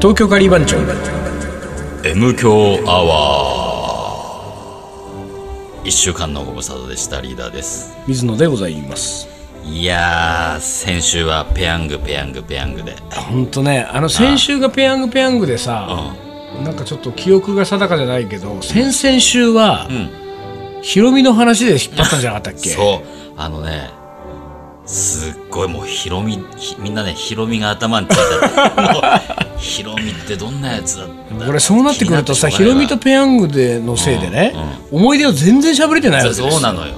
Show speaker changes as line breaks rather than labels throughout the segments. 東京カリー番長
M 強アワー一週間のご無沙汰でしたリーダーです
水野でございます
いやー先週はペヤングペヤングペヤングで
本当ねあの先週がペヤングペヤングでさなんかちょっと記憶が定かじゃないけど先々週は
うん
ヒロミの話で引っ張ったんじゃなかったっけ
そうあのねすっごいもうヒロミひみんなねヒロミが頭についてるもうヒロミってどんなやつだった
これそうなってくるとさ
気
ヒ
に
ロ
なっ
ミ
てしょ
と
う
ペヤングでのせいでね
うん、
思い出を全然喋れてないわけ
が
です
ないそうそうなのよ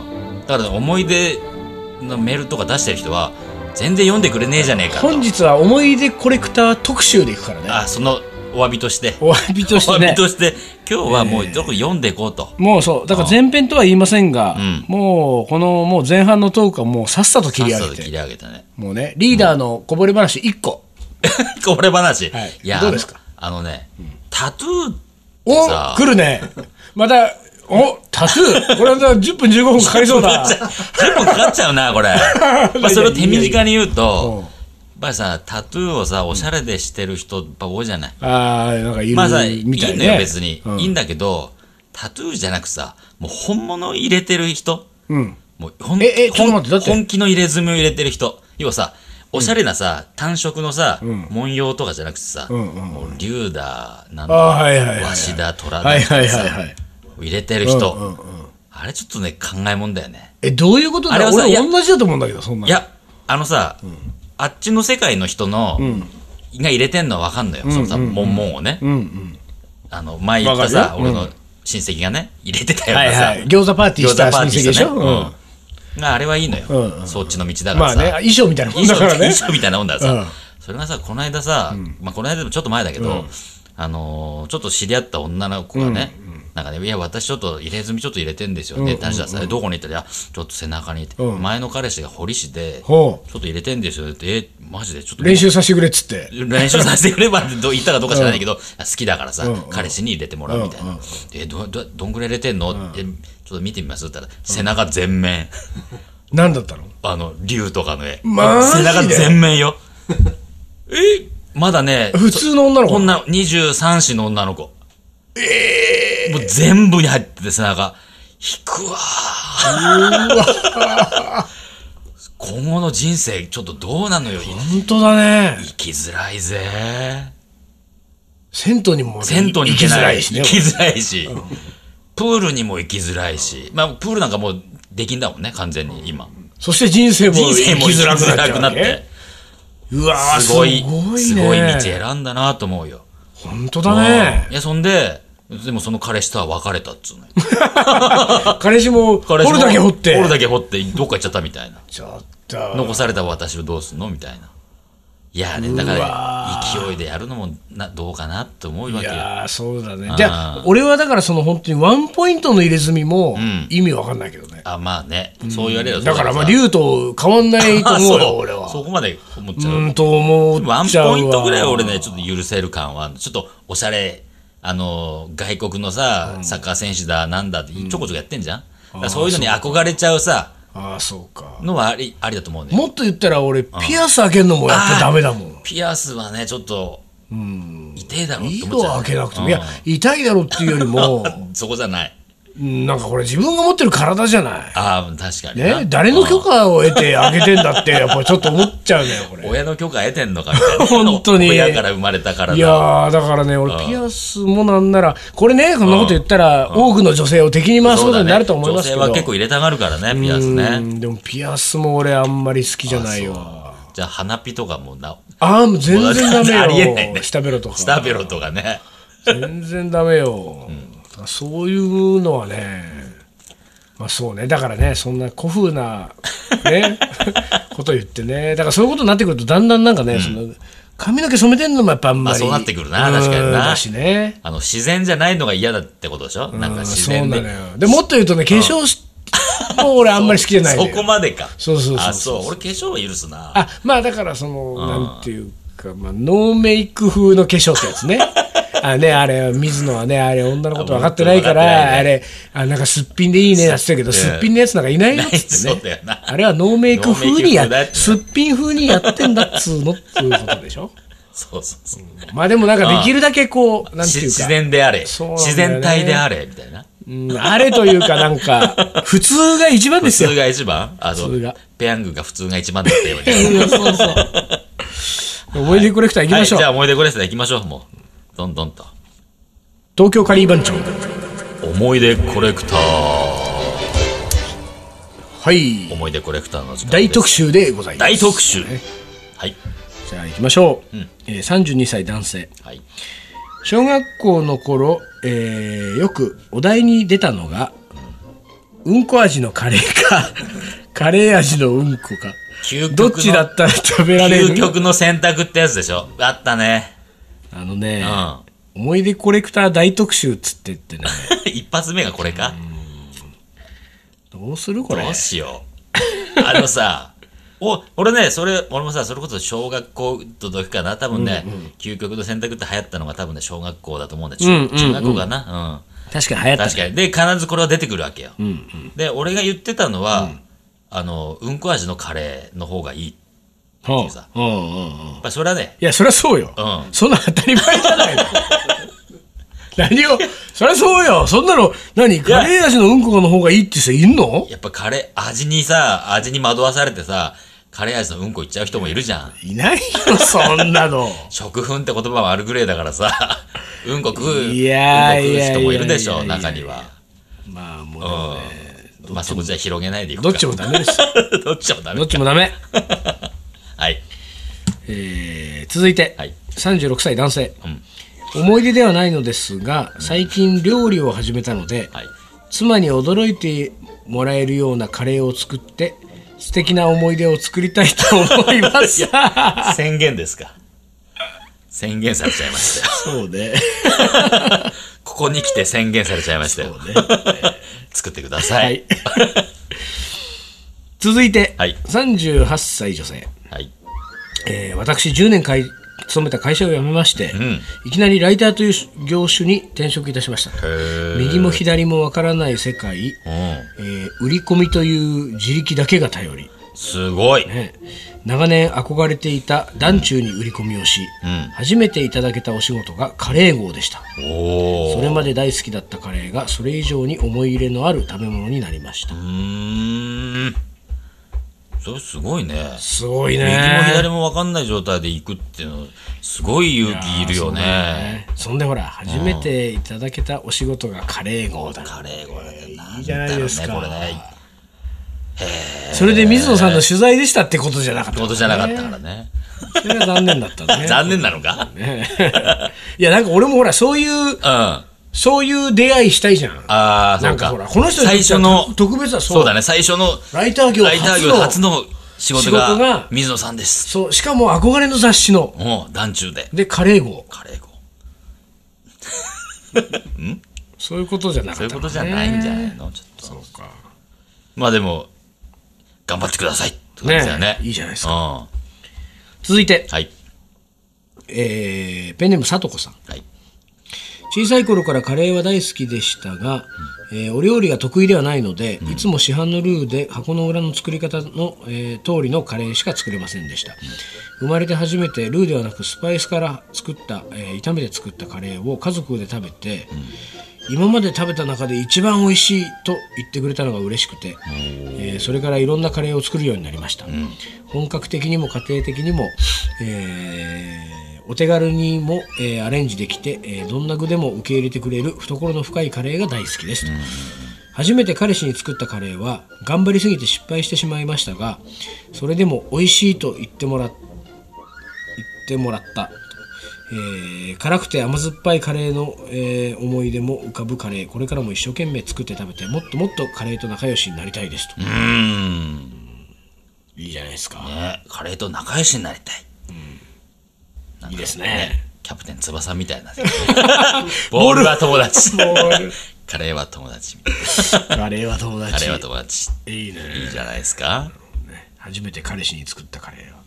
だから思い出のメールとか出してる人は全然読んでくれねえじゃねえかと
本日は思い出コレクター特集でいくからね
あそのお詫びとして
お詫びとし
お
て
詫び
ね
として今日はもうよく読んでいこうと、
もうそうだから前編とは言いませんが、
うん
もうこのもう前半のトークはもうさっさと切り
さっ
上
さと
げ
切り
て
上げたね
もうねリーダーのこぼれ話1個、
これ話、
はい
や
どうですか
あのあのねタトゥーって
お
さ
来るねまたおタトゥーこれは10分15分かかりそう だ
10分かかっちゃうな、こ れ。まあ、それを手短に言うと、やっぱりさ、タトゥーをさ、おしゃれでしてる人、やっぱ多いじゃない。
ああなんかいる
まあさ、いい
みたい
の
ね、
よ、別に。
うん
いいんだけど、タトゥーじゃなくさ、もう本物を入れてる人。
うん
もうほん
ええちょっと
ほん
待ってだって
本気の入れ墨を入れてる人。要はさ、おしゃれなさ、単色のさ、
ん
文様とかじゃなくてさ、
んうんうん
もう竜だ、なん
あ
だ、
あはいはいはいはい
わしだ、虎だ、
はいはいはいはい
入れてる人、
うんうんうん
あれちょっとね、考えもんだよね。
えどういうこと
あれ
だ
はさい
俺
や
同じだと思うんだけどそんなの
いや、あのさ、あっちの世界の人の、が入れてんのはわかんのよ。そのさ、モンモンをね。
うんうん
あの、前言ったさ
わ、かる
俺
よ
の親戚がね、入れてたよう
はい
なさ
は、い餃子パーティーした親戚でしょ、
餃子パーティーしたねうんがあれはいいのよ、
うんうん
そっちの道だか
ま
ら
あ
さ。
ね衣装みたいなもん
衣装
だからね
衣装みたいなもんだからさ、
うん
それがさこの間さ、まあ、この間でもちょっと前だけど、あのーちょっと知り合った女の子がね、なんかね、いや、私ちょっと入れ墨ちょっと入れてんですよね。って話ださ、えどこに行ったら、いやちょっと背中にって、
うん
前の彼氏が堀市で、ち
ほ
ょっと入れてんですよねって、え、マジでちょっと。
練習させてくれっつって
練習させてくればど言ったかどうか知らないけど、好きだからさ、
うんうん
彼氏に入れてもらうみたいな。
うんうん
えど、ど、どんぐらい入れてんの、えちょっと見てみますって言ったら、背中全面、
何だったの
あの、竜とかの絵。
マジで
背中全 面よ。えまだね、
普通の女の子
女、23子の女の子。えもう全部に入ってて背中、引くわー今後の人生、ちょっとどうなのよ。
本当だね
生きづらいぜ。
銭湯にも
銭湯に
行
行け
きづ
な
ら
い
いしね
行きづらいし、プールにも行きづらいし、まあ、プールなんかもうできんだもんね、完全に今。
そして人生も
人
生
生
き
も生き
づ
づ
らくなっ
ら
ちゃ
く
う
な
わ
っ
け
て、
うわー
すごい、
す
す
ご
ご
い
い
ね
道選んだなと思うよ。
本当だね
うんいや、そんで、でもその彼氏とは別れたっつうのよ。
彼氏も掘
彼氏も
るだけ掘って
掘るだけ掘って、どっか行っちゃったみたいな。
ちょっと
残された私をどうすんのみたいな。いやね、だか
う
ら
わ
勢いでやるのもなどうかなって思うわ
い
けよ。
やーそうだね
ん
じゃあ俺はだからその本当にワンポイントの入れ墨も
ん
意味わかんないけどね、
あ、まあね、そう言われる
だからまあ
あ
竜と変わんないと 思うよ俺は
そうこまで思っちゃう。
ーんと思
ワ
っ
ン
ちゃうわ
ポイントぐらい俺ね、ちょっと許せる感はある、ちょっとおしゃれ、あの、外国のさ、サッカー選手だ、なんだって、ちょこちょこやってんじゃん、だからそういうのに憧れちゃうさ、
ああそうか
のはあり、ありだと思うね。
もっと言ったら俺ピアス開けるのもやっぱダメだもん
ピアスはね、ちょっと、痛えだろって思っ
色
ちゃう、
は開けなくてもい
うん
や痛いだろっていうより も
そこじゃない。
うんなんかこれ自分が持ってる体じゃない
ああ、確かにな。
ね、誰の許可を得てあげてんだって、やっぱちょっと思っちゃうね、これ。
親の許可得てんのかみたい な。
本当に
親から生まれたから
いやー、だからね、俺、ピアスもなんなら、これね、こんなこと言ったら、多くの女性を敵に回すことになると思いますけど、
そうだね女性は結構入れたがるからね、ピアスね。
うんでも、ピアスも俺、あんまり好きじゃないよ。あ
じゃあ、花火とかもな、
あー、もう全然ダメよ。
ありえないね。
下ベロとか。
下ベロとかね。
全然ダメよ。そういうのはね、まあそうね、だからね、そんな古風な、ね、 こと言ってね、だからそういうことになってくると、だんだんなんかね、その髪の毛染めてんのもやっぱあんまり。
まあそうなってくるな確かにな
うんだしね。
あの、自然じゃないのが嫌だってことでしょなん
うん
か自
そう
然
な
で。
のよ。でもっと言うとね、化粧しもう俺あんまり好きじゃないの
そ
よ
こまでか。
そうそうそうそう
あ、そう。俺化粧は許すな。
あまあだからその、なんていうか、まあ、ノーメイク風の化粧ってや つねあねあれ水野はねあれ女のこと分かってないから
あ
あれあなんかすっぴんでいいねなんて言ってたけど
すっぴん
すっぴんのやつなんかいないよっ
な
つ
い
って
そう
ね
だよな。
あれはノーメイク風にや
ノーメイク風だって
すっぴん風にやってんだっつうのっつうことでしょ
そうそうそう。
まあでもなんかできるだけこう、なんて
し
いうか
自、然であれ、
そうなんだよね
自然体であれ、みたいな。
うんあれというかなんか、 普通が一番で
普
すよ
通。が一番あの
普通が、
ペヤングが普通が一番だったように。
そうそう。思い出コレクター行きましょう。
はい、じゃあ思い出これですね。行きましょう、もう。どんどんと。
東京カリー番長。
思い出コレクター。
はい。
思い出コレクターの時間
大
です。
特集でございます。
大特集。はい。
じゃあ行きましょう。えー32歳男性。
はい。
小学校の頃、えーよくお題に出たのが、うんこ味のカレーか、 カレー味のうんこか。
究極の
どっちだったら食べられ
究
る
極の選択ってやつでしょ。あったね。
あのね
う、ん。
思い出コレクター大特集っつってってね、
一発目がこれか。
どうするこ
ど
れ
う。しよう。あのさ、お、俺ね、それ、俺もさ、それこそ小学校の時かな、多分ね、究極の選択って流行ったのが多分ね、小学校だと思うんだよ。中,、
うんうんうん
中学校かな。うん。
確かに流行った。
確かに。で、必ずこれは出てくるわけよ。で、俺が言ってたのは、あの、うんこ味のカレーの方がいい。
うん
さ
うんうんうん。
やっぱそれはね、
いや、そりゃそうよ。
う
そんな当たり前じゃないの。 何を、そりゃそうよ。そんなの、何カレー味のうんこの方がいいって人いんの
やっぱカレー、味にさ、味に惑わされてさ、カレー味のうんこいっちゃう人もいるじゃん。
いないよ、 そんなの。
食粉って言葉は悪グレーだからさ、 うんこ食う、
いやい
うんこ
や
食う人もいるでしょ、
いやいやいや
中には。
まあ、もうでもね、
まあそこじゃ広げないでいくか。
どっちもダメです。
どっちもダメ
どっちもダメ。
はい。
えー続いて、
はい
36歳男性、
うん
思い出ではないのですが、最近料理を始めたので、
はい。
妻に驚いてもらえるようなカレーを作って、素敵な思い出を作りたいと思います。
宣言ですか。宣言されちゃいましたよ。
そうね。
ここに来て宣言されちゃいましたよ。 作ってくださ。
はいい。続いて、
はい
38歳女性。
はい。
えー私10年かい勤めた会社を辞めまして、
ん
いきなりライターという業種に転職いたしました。
へー
右も左もわからない世界、
う
えー売り込みという自力だけが頼り、
ん。すごい。
ね長年憧れていた団中に売り込みをし、
うん
初めていただけたお仕事がカレー号でした。
お
そ
ー。
れまで大好きだったカレーがそれ以上に思い入れのある食べ物になりました
う。ーん。それすごいね。
すごい
右も
ね。
左も分かんない状態で行くっていうの、すごい勇気いるよね。
そんでほら、初めていただけたお仕事がカレー号だ。
カレーこれね。なんだろうね
いいじゃないですか
これね。
それで水野さんの取材でしたってことじゃなかった、
仕事じゃなかったからね。
それが残念だったね。
残念なのか
ね いや、なんか俺もほら、そういう
うん。、あ
そういう出会いしたいじゃん。
あ、
な
そ
ん
う
か
か。
ほら、この人にとっ
最
て
初の、
特別だ、そう
そうだね、最初の、
ライター業
ライター業初
初の。
の仕事
仕事が
が、水野さんです。
そう、しかも憧れの雑誌の。
もう、団中で。
で、カレー号。
カレー粉。
そういうことじゃなかった
そ
のね
ういうことじゃないんじゃないのちょっと。
そうか。
まあでも、頑張ってください。ってことですよね
ね。えいいじゃないです
か。うん。
続いて、
はい。
えーペンネームさとこさん。
はい。
小さい頃からカレーは大好きでしたが、えーお料理が得意ではないので、いつも市販のルーで箱の裏の作り方の、えー通りのカレーしか作れませんでした、生まれて初めてルーではなくスパイスから作った、えー炒めて作ったカレーを家族で食べて、今まで食べた中で一番美味しいと言ってくれたのが嬉しくて、えーそれからいろんなカレーを作るようになりました、本格的にも家庭的にも、えーお手軽にも、えーアレンジできて、えーどんな具でも受け入れてくれる懐の深いカレーが大好きですと、初めて彼氏に作ったカレーは頑張りすぎて失敗してしまいましたがそれでも美味しいと言ってもらって行ってもらった、えー辛くて甘酸っぱいカレーの、えー思い出も浮かぶカレーこれからも一生懸命作って食べてもっともっとカレーと仲良しになりたいですと、
うーん。
いいじゃないですか、
ねカレーと仲良しになりたい。なんか
いいですね。
キャプテン翼みたいな。 ボールは友達。 カレーは友達みたいな。
カレーは友達
カレーは友達。
いい
い
ね
いじゃないですか。
初めて彼氏に作ったカレーは、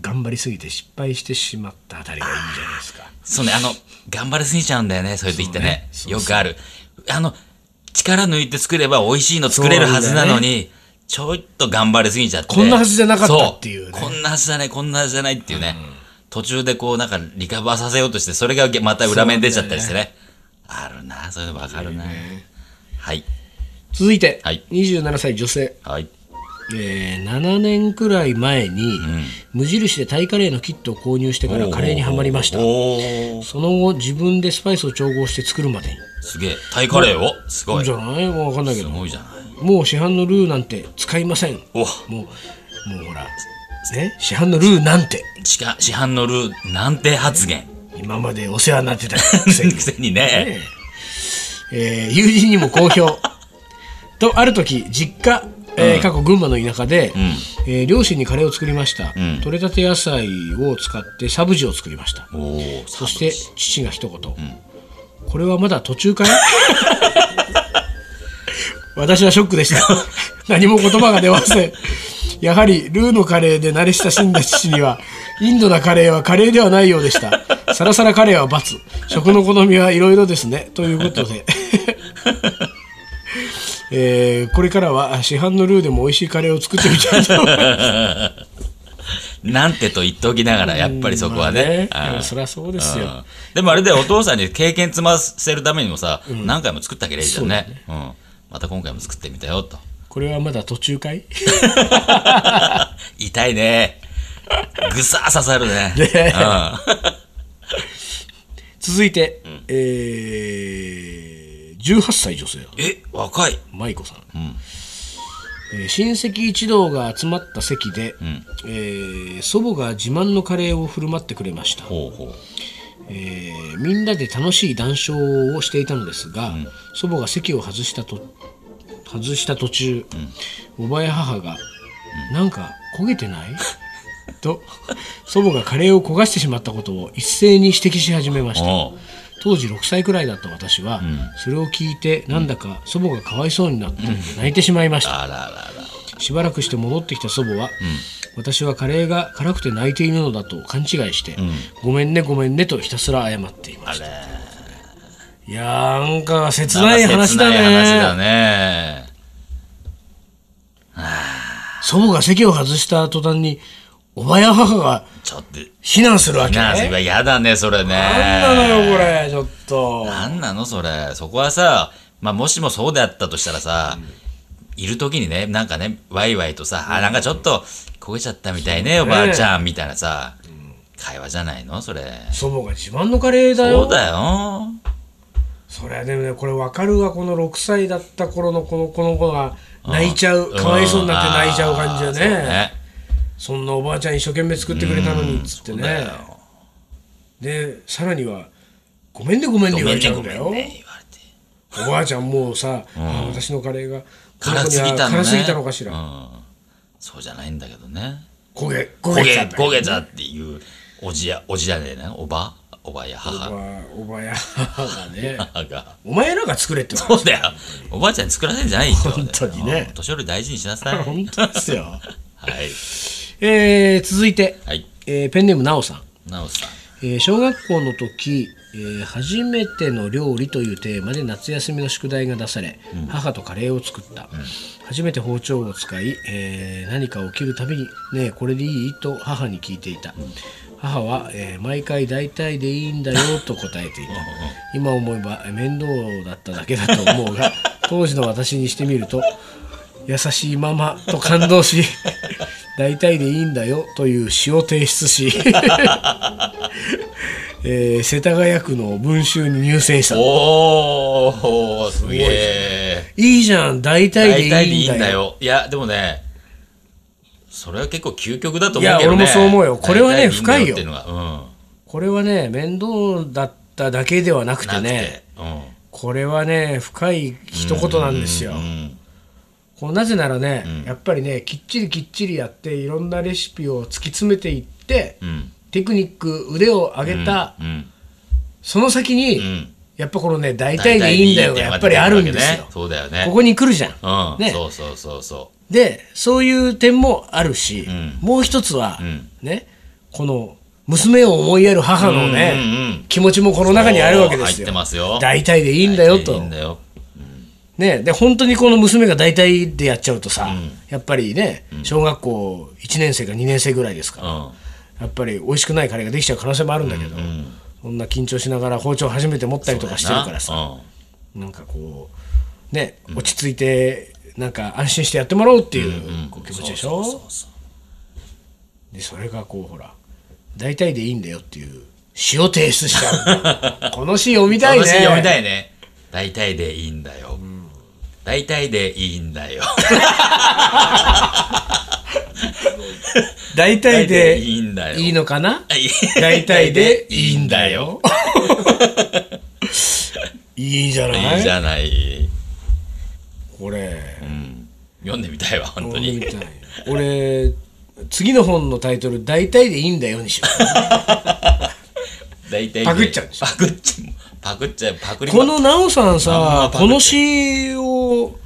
頑張りすぎて失敗してしまったあたりがいいじゃないですか
そうね、あの、頑張りすぎちゃうんだよね、そういう時ってね。
そうね
よくある。あの、力抜いて作れば美味しいの作れるはずなのに、ちょいっと頑張りすぎちゃって。
こんなはずじゃなかったっていうね
そこんなはずじゃない、こんなはずじゃないっていうね。途中でこう、なんかリカバーさせようとして、それがまた裏面出ちゃったりしてね。あるな、そういうのわかるな。はい。
続いて、
はい
27歳女性。
はい。
えー7年くらい前に、無印でタイカレーのキットを購入してからカレーにはまりました
おー
その後自分でスパイスを調合して作るまでに
すげえ。タイカレーをすごい。
じ
す
ゃないもう分かんないけど
ごいじゃない。
もう市販のルーなんて使いませんも
お
うもうほらね市販のルーなんて
市販市販のルー、なんて発言。
今までお世話になってたく せに
くせにね。
えー友人にも好評 とある時実家、えー過去群馬の田舎で、えー両親にカレーを作りました、
ん
取れたて野菜を使ってサブジを作りました
おー、そ
そして父が一言、これはまだ途中かい 私はショックでした何も言葉が出ませんやはりルーのカレーで慣れ親しんだ父にはインドなカレーはカレーではないようでしたサラサラカレーは×食の好みはいろいろですねということでえーこれからは市販のルーでも美味しいカレーを作ってみたいと思います
なんてと言っておきながら、やっぱりそこはね。
まあ
うん
でもそりゃそうですよ
うんでもあれだよ、お父さんに経験積ませるためにもさ、何回も作ったけれいいじゃんね。うん。また今回も作ってみたよ、と。
これはまだ途中かい
痛いね。ぐさー刺さるね。
ね
うん。
続いて、えー、18歳女性
え、若い。
舞子さん、えー親戚一同が集まった席で、えー祖母が自慢のカレーを振る舞ってくれました、
ほうほう。
えーみんなで楽しい談笑をしていたのですが、祖母が席を外したと外した途中、おばや母が「なんか焦げてない?」と祖母がカレーを焦がしてしまったことを一斉に指摘し始めました
おう
当時6歳くらいだった私は、それを聞いてなんだか祖母がかわいそうになって泣いてしまいました、
あらららら。
しばらくして戻ってきた祖母は、私はカレーが辛くて泣いているのだと勘違いして、ごめんねごめんねとひたすら謝っていましたいやーなんか切ない話だね
切ない話だね。
祖母が席を外した途端におばや母が
ちょっと、
非難するわけ
なあ、それ
ね
は嫌だね、それね。
なんなのよこれちょっと
なんなのそれ。そこはさ、まあ、もしもそうであったとしたらさ、いる時にね、なんかね、ワイワイとさ、あ、なんかちょっと焦げちゃったみたいね、おばあちゃん、みたいなさ、会話じゃないのそれ。
祖母が自慢のカレーだよ
そうだよ。
それはでもねこれ分かるわこの6歳だった頃のこのこの子が泣いちゃう、かわいそうになって泣いちゃう感じだ
あー
ね
そ
そ
う
んなおばあちゃん一生懸命作ってくれたのにっつって
そうだ
ね
よ。
でさらには「ごめんねごめんね」言わ
ごめん
れち
ね、
ゃう
ご
んだ
めんね、
よ、
言われて。
おばあちゃんもうさ、あ私のカレーが
辛すぎたのね。
辛すぎたのかしら、
うん。そうじゃないんだけどね。
焦げ
焦
焦げ
げ、
ちゃった
焦げちゃっていう、おじや、おじじゃねえな、おばおばや
お
母。
ばおばや母がね
母が。
お前らが作れって
そうだよ。おばあちゃんに作らせんじゃないよ。
本当にね
うん年寄り大事にしなさい。はい。
本当ですよえー、続いて、
はい。
えーペンネームなおさん
なおさん。
えー小学校の時、えー初めての料理」というテーマで夏休みの宿題が出され、母とカレーを作った、初めて包丁を使い、えー何かを切るたびに「ねえこれでいい?」と母に聞いていた、母は、えー毎回「大体でいいんだよ」と答えていた今思えばえー面倒だっただけだと思う が当時の私にしてみると優しいままと感動 し大体でいいんだよという詩を提出 し、えー世田谷区の文集に入選した
おー、すげえ。
いいじゃん大体
大
で
体
い
でい
いん
いん
だ
だ
よ
よ。いや、でもね、それは結構究極だと
い
思う
や
けどね。
俺もそう思うよこれはね
大体でいいんだっていうのが
これはね面倒だっただけではなく
う
て
ん。
ね
なくて。
これはね深い一言なんですよ
うん。うん。
こうなぜならね、やっぱりねきっちりきっちりやっていろんなレシピを突き詰めていって、
うん。
テクニック腕を上げた、
うん。
その先に、
うん。
やっぱこのね大体でいいんだよがやっぱりあるんですよ、
そうだよね。
ここに来るじゃん、
うん。
ね
そうそうそうそ
でそういう点もあるし、
ん
もう一つは、
ん
ねこの娘を思いやる母のね、
うんうんうん
気持ちもこの中にあるわけです
そう入
よ
ってますよ。
大体でいういんだよと
大体でいいんだよ。
ね、で本当にこの娘が大体でやっちゃうとさ、やっぱりね小学校1年生か2年生ぐらいですか
う
ら、
ん。
やっぱり美味しくないカレーができちゃう可能性もあるんだけど、そんな緊張しながら包丁初めて持ったりとかしてるからさ、
うん
なんかこうね落ち着いて、なんか安心してやってもらおうっていうこう気持ちでしょ、
そうそうそう
でそれがこうほら大体でいいんだよっていう詩を提出しちゃう この詩読みたいね
私読みたいね。大体でいいんだよ。大体でいいん だよ。
大体で
大体でいいんだよ
いいのかな大体
大
で
体で
い
い
い
い
ん
ん
だ
だ
よ
よ。
いいじゃない
いいじゃない。
これ
読んでみたいわ、本当
俺み
に。
たい俺次の本のタイトル「大体でいいんだよ」にしよ う
大体で
パクっちゃうんでしょ
パクっちゃう。パクっちゃう。パクリ
この奈緒さん
ま
さ
あパクって
この詩を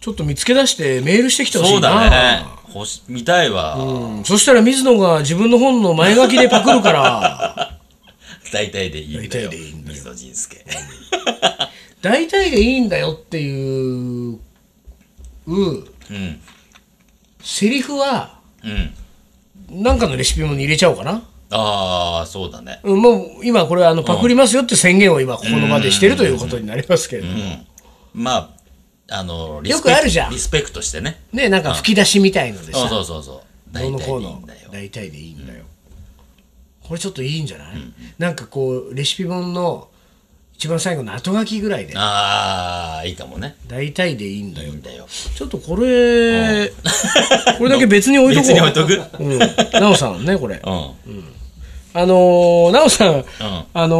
ちょっと見つけ出してメールしてきてほし
そ
いうな
だね。欲し見たいわ。
うんそしたら水野が自分の本の前書きでパクるから
大体でいいんだ
大体
よ。
でいいんだよ
水野仁介。
大体でいいんだよっていうう
うん。
セリフは
うん。
なんかのレシピもに入れちゃおうかな
ああ、そうだね。
うんもう今これあのパクりますよって宣言を今ここの場でしてるということになりますけれども、
まあ、あの、リ
よ
スペ
くあ
ク
るじゃん
リスペクトしてね。
ねなんか吹き出しみたいので
そう
さ
そうそうそう。
どう
大
の
体
こう
でいい
の
んだよ。
大体でいいんだよ、これちょっといいんじゃない、なんかこうレシピ本の一番最後の後書きぐらいで
ああ、いいかもね。
大体でいいんだ
いい
よ
んだよ。
ちょっとこれ、これだけ 別に置いとこう
別に置いとく
うん、なおさんね これ、
うん。
あのー、なおさん、あの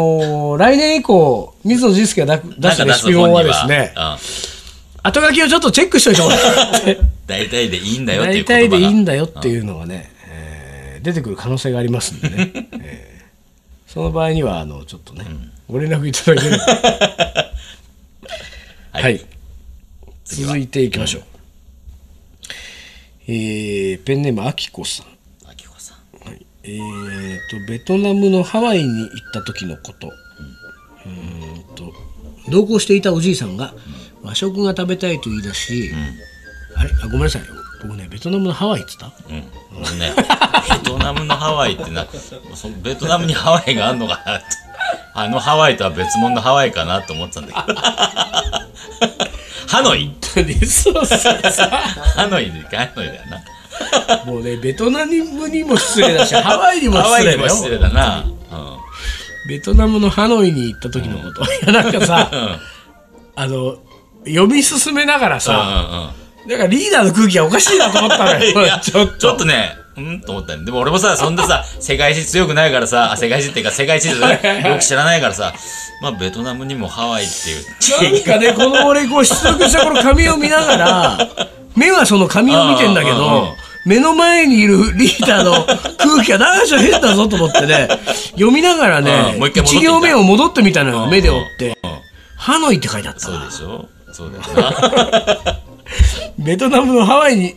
ー来年以降、水野仁介が出
なん
す
か
レ
出
シ
す
ピ
本
本
に
は
は
ですね、
う
後書きをちょっとチェックしといてもらって、
ん、大体でいいんだよってい
大体
う言葉が
でいいんだよっていうのがね、えー出てくる可能性がありますんでね、えーその場合には、あの、ちょっとね、ご連絡いただければ。
はい、
はい。
次は
続いていきましょう。えーペンネーム、あきこさん。
あきこさん
はいえー、とベトナムのハワイに行った時のこと、うーんと同行していたおじいさんが和食が食べたいと言い出し、あれあごめんなさい僕ねベトナムのハワイって言っ
うんもうね ベトナムのハワイってなそのベトナムにハワイがあるのかなってあのハワイとは別物のハワイかなと思ってたんだけどハノ イ
たでそうそうそ
ハノイでハノイだよな
うもうねベトナムにも失礼だしハワイにも
ハワ
失礼
イで
だ
も失礼
よ
だな、うん、
ベトナムのハノイに行った時のこと、いやなんかさ、あの読み進めながらさ、
う
だからリーダーの空気がおかしいなと思ったの
んうんうんいや
よちょっ
ちょ
と
っとねうんと思ったよでも俺もさそんなさ世界史強くないから さあ世界史っていうか世界史じゃないよく知らないからさまあベトナムにもハワイっていう
なんか ね、この俺、こう、出力したこの紙を見ながら、目はその紙を見てんだけ
うんうんうん
ど、目の前にいるリーダーの空気が何しろ変だぞと思ってね、 読みながらね
う、んもう一回戻ってみた
一行目を戻ってみたのよ、目で追って。ハノイって書いてあった
そう
わ
でしょそうだよ な。
ベトナムのハワイに、
違うっ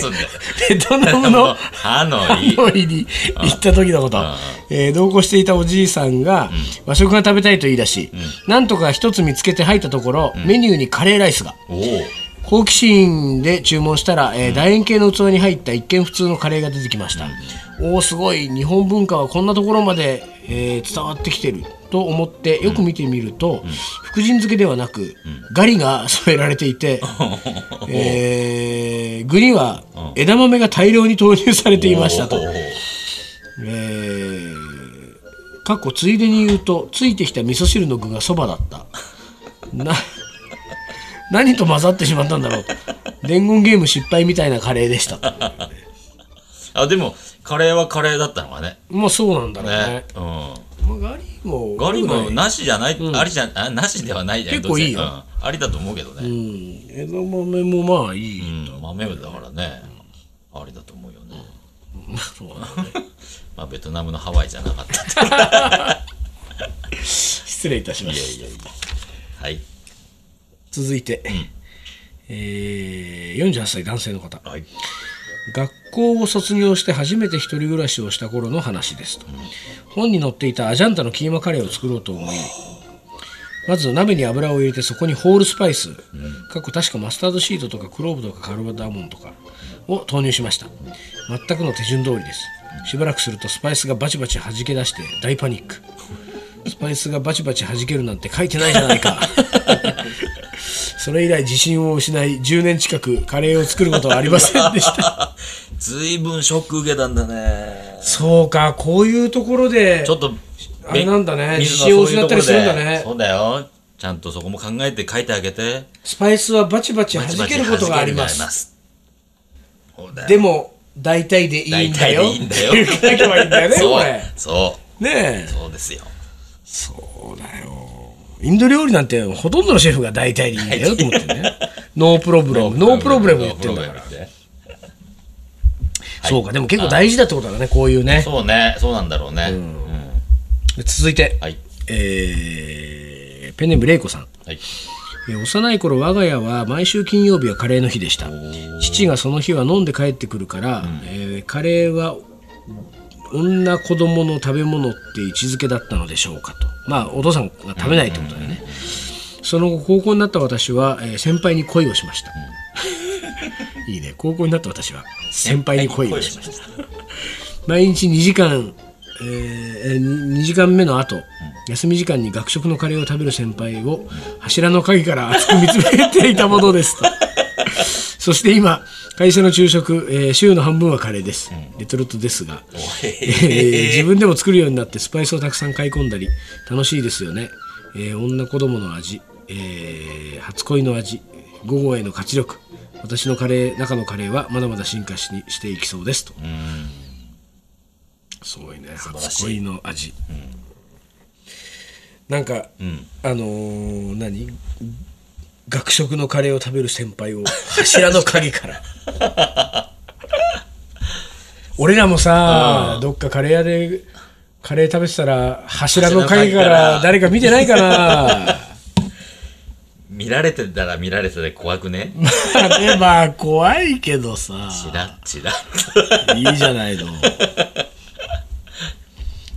つうんだよ。
ベトナムの
ハノ
ハ
イ。
ノイに行った時のこと
ん、
えー同行していたおじいさんが和食が食べたいと言い出し、なんとか一つ見つけて入ったところ、メニューにカレーライスが。
おお。
好奇心で注文したら、えー楕円形の器に入った一見普通のカレーが出てきました、おおすごい日本文化はこんなところまで、えー伝わってきてると思ってよく見てみると、福神漬けではなく、ガリが添えられていて、えー具には枝豆が大量に投入されていましたと
おお。
えーかっこついでに言うとついてきた味噌汁の具がそばだった な何と混ざってしまったんだろうと伝言ゲーム失敗みたいなカレーでしたと
あ、でも、カレーはカレーだったのかね。
まあそうなんだろうね
ね。うん。
まあ、ガリも
ガリ
な
もなしじゃない、ありじゃ、あなしではないじゃん。
結構いいよ
どうせうんありだと思うけど
う
ね。
ん枝豆もまあいい、
うん。豆だからね。ありだと思うよね。
まあそうなんだね
まあ、ベトナムのハワイじゃなかったって。
失礼いたしま
いや
し
い
た
やいや。はい。
続いて、えー48歳男性の方
はい。
学校を卒業して初めて一人暮らしをした頃の話ですと、本に載っていたアジャンタのキーマカレーを作ろうと思いまず鍋に油を入れてそこにホールスパイス、かっこ確かマスタードシートとかクローブとかカルバダモンとかを投入しました全くの手順通りですしばらくするとスパイスがバチバチ弾け出して大パニックスパイスがバチバチ弾けるなんて書いてないじゃないか それ以来自信を失い10年近くカレーを作ることはありませんでした
ずいぶんショック受けたんだね。
そうかこういうところで
ちょっと、
あれなんだね
水野はそういうとこ
自信を失
ろで
ったりするんだね
そうだよ。ちゃんとそこも考えて書いてあげて。
スパイスはバチバチ弾けることがあります
す。そうだよ。
でも大体でいいんだよ
大体でいいんだよ
って書けばいいんだよね
そ
こ
う
れ。
そ
ねえ
う。そうですよ。
そうだよインド料理なんてほとんどのシェフが大体でいいん だよと思ってねノープロブレムノープロブレム言ってんだから
ノープロブレムって
そうかでも結構大事だってことだねこういうね
そうね、そうなんだろうね。うん
続いて、
はい。
えーペンネームレイコさん
はい。
えー幼い頃我が家は毎週金曜日はカレーの日でした父がその日は飲んで帰ってくるから、えーカレーは女子供の食べ物って位置づけだったのでしょうかとまあお父さんが食べないってことだよね、その後高校になった私は、えー先輩に恋をしました、 いいね高校になった私は先輩に恋をしました
た。
毎日2時間、え2時間目の後、休み時間に学食のカレーを食べる先輩を柱の陰から熱く見つめていたものですとそして今会社の昼食、えー週の半分はカレーです、レトルトですが、
お
え
い
ー自分でも作るようになってスパイスをたくさん買い込んだり楽しいですよね、えー女子供の味、えー初恋の味午後への活力私のカレー中のカレーはまだまだ進化しにしていきそうですと
うん。
すごいね
晴らしい
初恋の味、なんか、
ん
あのー何学食のカレーを食べる先輩を柱の陰から 俺らもさどっかカレー屋でカレー食べてたら柱の陰か
柱の陰から
ら誰か見てないかな
見られてたら見られてたで怖くね。
まあねまあ怖いけどさ
チラッチラッ。
いいじゃないの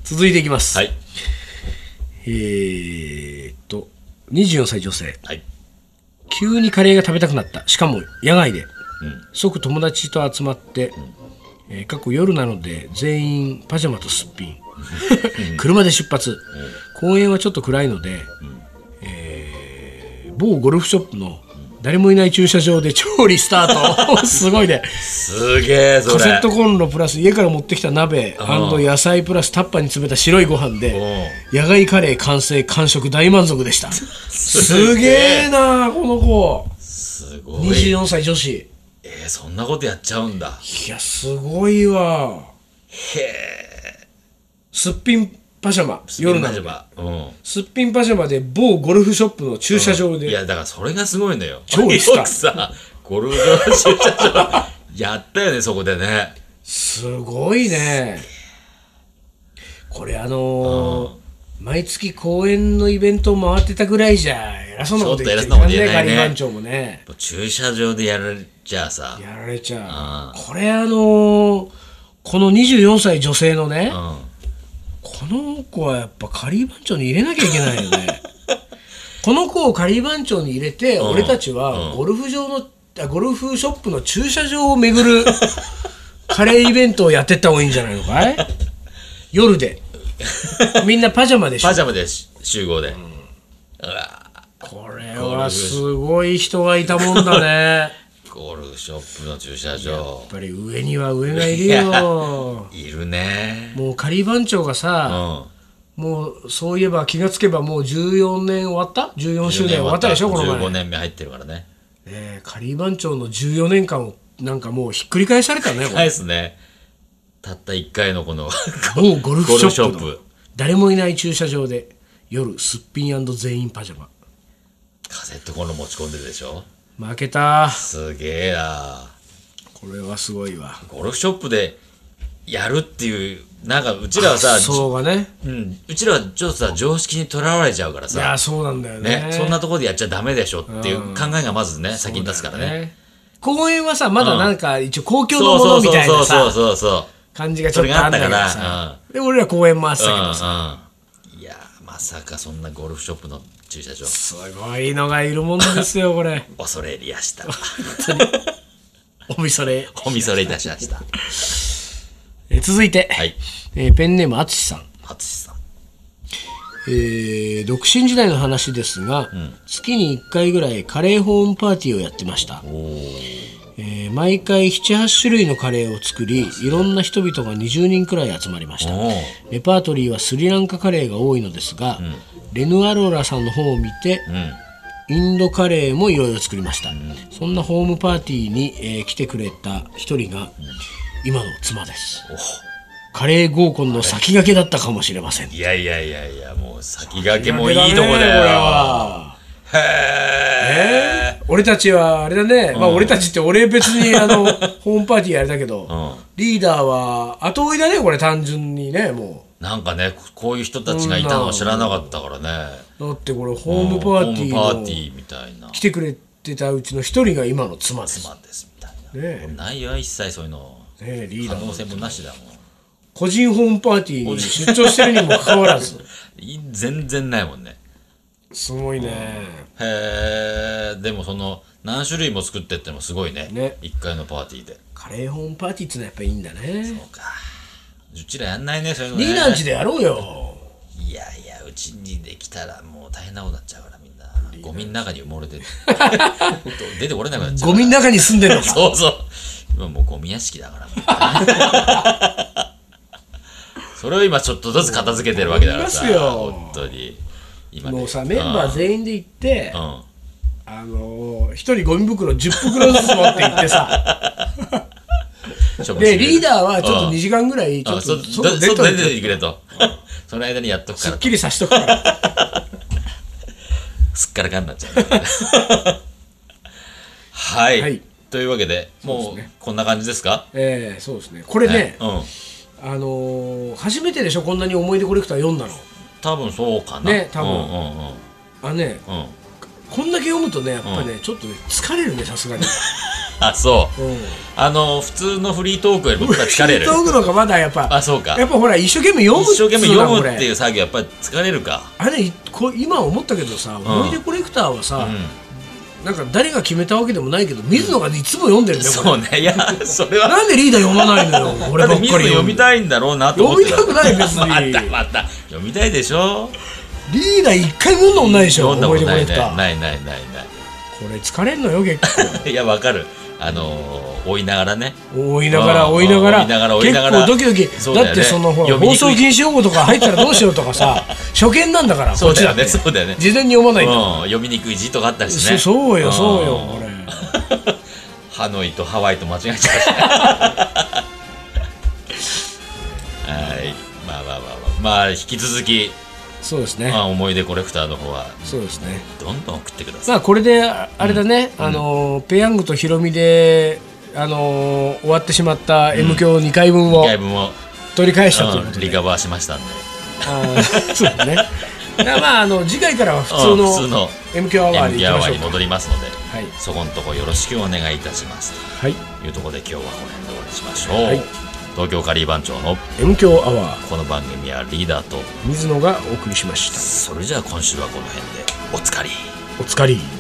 続いていきます、
はい。
えーっと24歳女性
はい。
急にカレーが食べたくなったしかも野外で、
ん
即友達と集まって、えー過去夜なので全員パジャマとすっぴん車で出発、公園はちょっと暗いので、えー某ゴルフショップの誰もいない駐車場で 調理スタートすごいね
すげえ、それ。
カセットコンロプラス家から持ってきた鍋野菜プラスタッパーに詰めた白いご飯で野外カレー完成完食大満足でしたすげえなこの子
すごい。
24歳女子
えー、そんなことやっちゃうんだ。
いやすごいわ
へえ。
すっぴんパジャマ夜な
れ
の
ば。うん。
すっぴんパジャマで某ゴルフショップの駐車場
い
で
や、だからそれがすごいのよ。
超いいっすか
よくさ、ゴルフ場の駐車場、やったよね、そこでね。
すごいねこれあのー毎月公演のイベントを回ってたぐらいじゃ偉そうなこと言っちゃいかん
ちょっと偉そうなこと言え
ね
ないね
ガリ番長もね
駐車場でやられちゃさ、
やられちゃ
あ
うこれあのーこの24歳女性のね、
うん。
この子はやっぱカリー番長に入れなきゃいけないよ ねこの子をカリー番長に入れて、俺たちはゴルフ場のあゴルフショップの駐車場を 巡るカレーイベントをやってった方がいいんじゃないのかい夜でみんなパジャマでしょ
パジャマでし集合で。うわ
これはすごい人がいたもんだ ね
ゴルフショップの駐車場
やっ。ぱり上には上がいる
いや
よ
いるね。
もうカリー番長が
う
さ、
ん。
もうそういえば気がつけばもう14年終わった14周年終わったでしょこの前
15年目入ってるからね。
ねえ、カリー番長の14年間をなんかもうひっくり返されたね、こ
な
れ
いですね。たった1回のこの、
某ゴルフショップの
ゴルフショップ
誰もいない駐車場で夜すっぴん全員パジャマ
カセットコンロ持ち込んでるでしょ。
負けた
すげえな。
これはすごいわ
ゴルフショップでやるっていう、なんかうちらはさ、
そうがね
うん、うちらはちょっとさ、常識にとらわれちゃうから
いや
さ、
そうなんだよね
ね、そんなところでやっちゃダメでしょっていう考えがまずね、先に立つからね。
ね公園はさまだなんか一応公共
そ
のもの
うそう
み
そう
たい
そ
な
うそう
さ
そうそ
感じがちょっとあんだけど
それがあった
さで俺ら公園回って
う。う
た
ん
け
うん。
どさ
いやー、まさかそんなゴルフショップの駐車場、
すごいのがいるもんですよこれ
恐れ入りやした。
おみそれ
おみそれいたしました。
えー続いて、
はい。
えーペンネームあつしさん、
淳さん。
えー独身時代の話ですが、月に1回ぐらいカレーホームパーティーをやってました、
おー
えー毎回78種類のカレーを作りいろんな人々が20人くらい集まりました
おー
レパートリーはスリランカカレーが多いのですが、レヌアローラさんの本を見て、
うん。
インドカレーもいろいろ作りました、そんなホームパーティーに、えー来てくれた一人が、今の妻ですカレー合コンの先駆けだったかもしれません
いやいやいやいや、もう先駆けもいいとこだよ。へえ。
俺たちはあれだね、まあ俺たちって俺別 にあのホームパーティーあれだけど、
ん
リーダーは後追いだねこれ単純にねも
なんかね、こういう人たちがいたのは知らなかったからね。
うだってこれホームパーティー
ホームパー
の
ティーみたいな。
来てくれてたうちの一人が今の妻です、
妻ですみたい
ね
な。ないよ、一切そういうの。
ねえリー
可
ダー
能性もなしだもん。
個人ホームパーティーに出張してるにもかかわら ず
い全然ないもんね。
すごいね
へえ、でもその、何種類も作ってってのもすごいね。
ね
一回のパーティーで。
カレーホームパーティーってのはやっぱいいんだね
そうか。うちらやんないね、そういうのね。
リーダーんちでやろうよ
いやいや、うちにできたらもう大変なことになっちゃうから、みんな。ゴミの中に埋も れてる。出てこれなくなっちゃう
ゴ
から。
ミの中に住んでる のか
そうそう。今もうゴミ屋敷だからも う。それを今ちょっとずつ片付けてるわけだからさ。
思いますよ
本当に。今ね
もうさメンバー全員で行って、
うん。うん
あのー、一人ゴミ袋10袋ずつ持って行って さ
処分してくれ
で
る
リーダーはちょっと
うん
2時間ぐらいちょ
あ
っ
そ
と
う
外
外
出とい
出
て
てくれと。 その間にやっとくか
す
ら
っ、きりさしとくから
すっからかんになっちゃうね。はい、
はい
というわけで、もうこんな感じですか
ええそうですねこれね、
うん。
あのー、初めてでしょこんなに思い出コレクター読んだの
多分そうかな。
ね多分
うんうんうん
あね
うん。
こんだけ読むとねやっぱね、ちょっとね疲れるねさすが に、
あ、そう。
うん、
あの、普通のフリートークよりも僕は疲れる。
フリートークの方がまだやっぱ
あそうか
やっぱほら一生懸命読む
一生懸命読むっ
うのがこれ
ていう作業やっぱり疲れるか。
あれいこ今思ったけどさ、思い出コレクターはさ、
うん。
なんか誰が決めたわけでもないけど水野がいつも読んでるね、これ
そうね。いや、それは。
なんでリーダー読まない のよ
だ
俺
っ
ばってかり
水野読み
い
たいんだろうなと思って
読みたくない別に
またまた読みたいでしょ
リーダー一回も読んだことないでしょ
読んだこ
思い
と
出コ
な
レ
い
ク
ね
ター
ないないない
これ疲れんのよ結 構
ないいやわかるあのー追いながらね
追いながら追いながら
追いながら追い
結
ながら
構ドキドキ
そう
だ,、
だよね
ってそのほら
読み
放
にくい
送禁止用語とか入ったらどうしようとか さ初見なんだから
そうだよ
こっ
ね
ちだって
そうだよね
事前に読まないんだから
うん読みにくい字とかあったりし
そ
ね
そうよそうよ
ん
これ
ハノイとハワイと間違えちゃったはいまあまあまあまあまあ引き続き、
そうです
ま
ね
あ、思い出コレクターの方は
そうですね
どんどん送ってください
まあこれでああれだね、あのーペヤングとヒロミであのー終わってしまった M 響2回分を
ライブも、
取り返したという
う
こ
ん
とで、
リカバーしましたんで
あーそうだね。だからまあ、あの次回からは普
うん普
通
通
の
の
MQ アワーでい
MD
き
ア
ま
ワ
し
ー
ょう
に戻りますので、
はい
そこのとこよろしくお願いいたします
はい。
というところで今日はこの辺で終わりにしましょう、
はい
東京カリー番長の
MQ アワー
この番組はリーダーと
水野がお送りしました。
それじゃあ今週はこの辺でおつかり
お疲れ。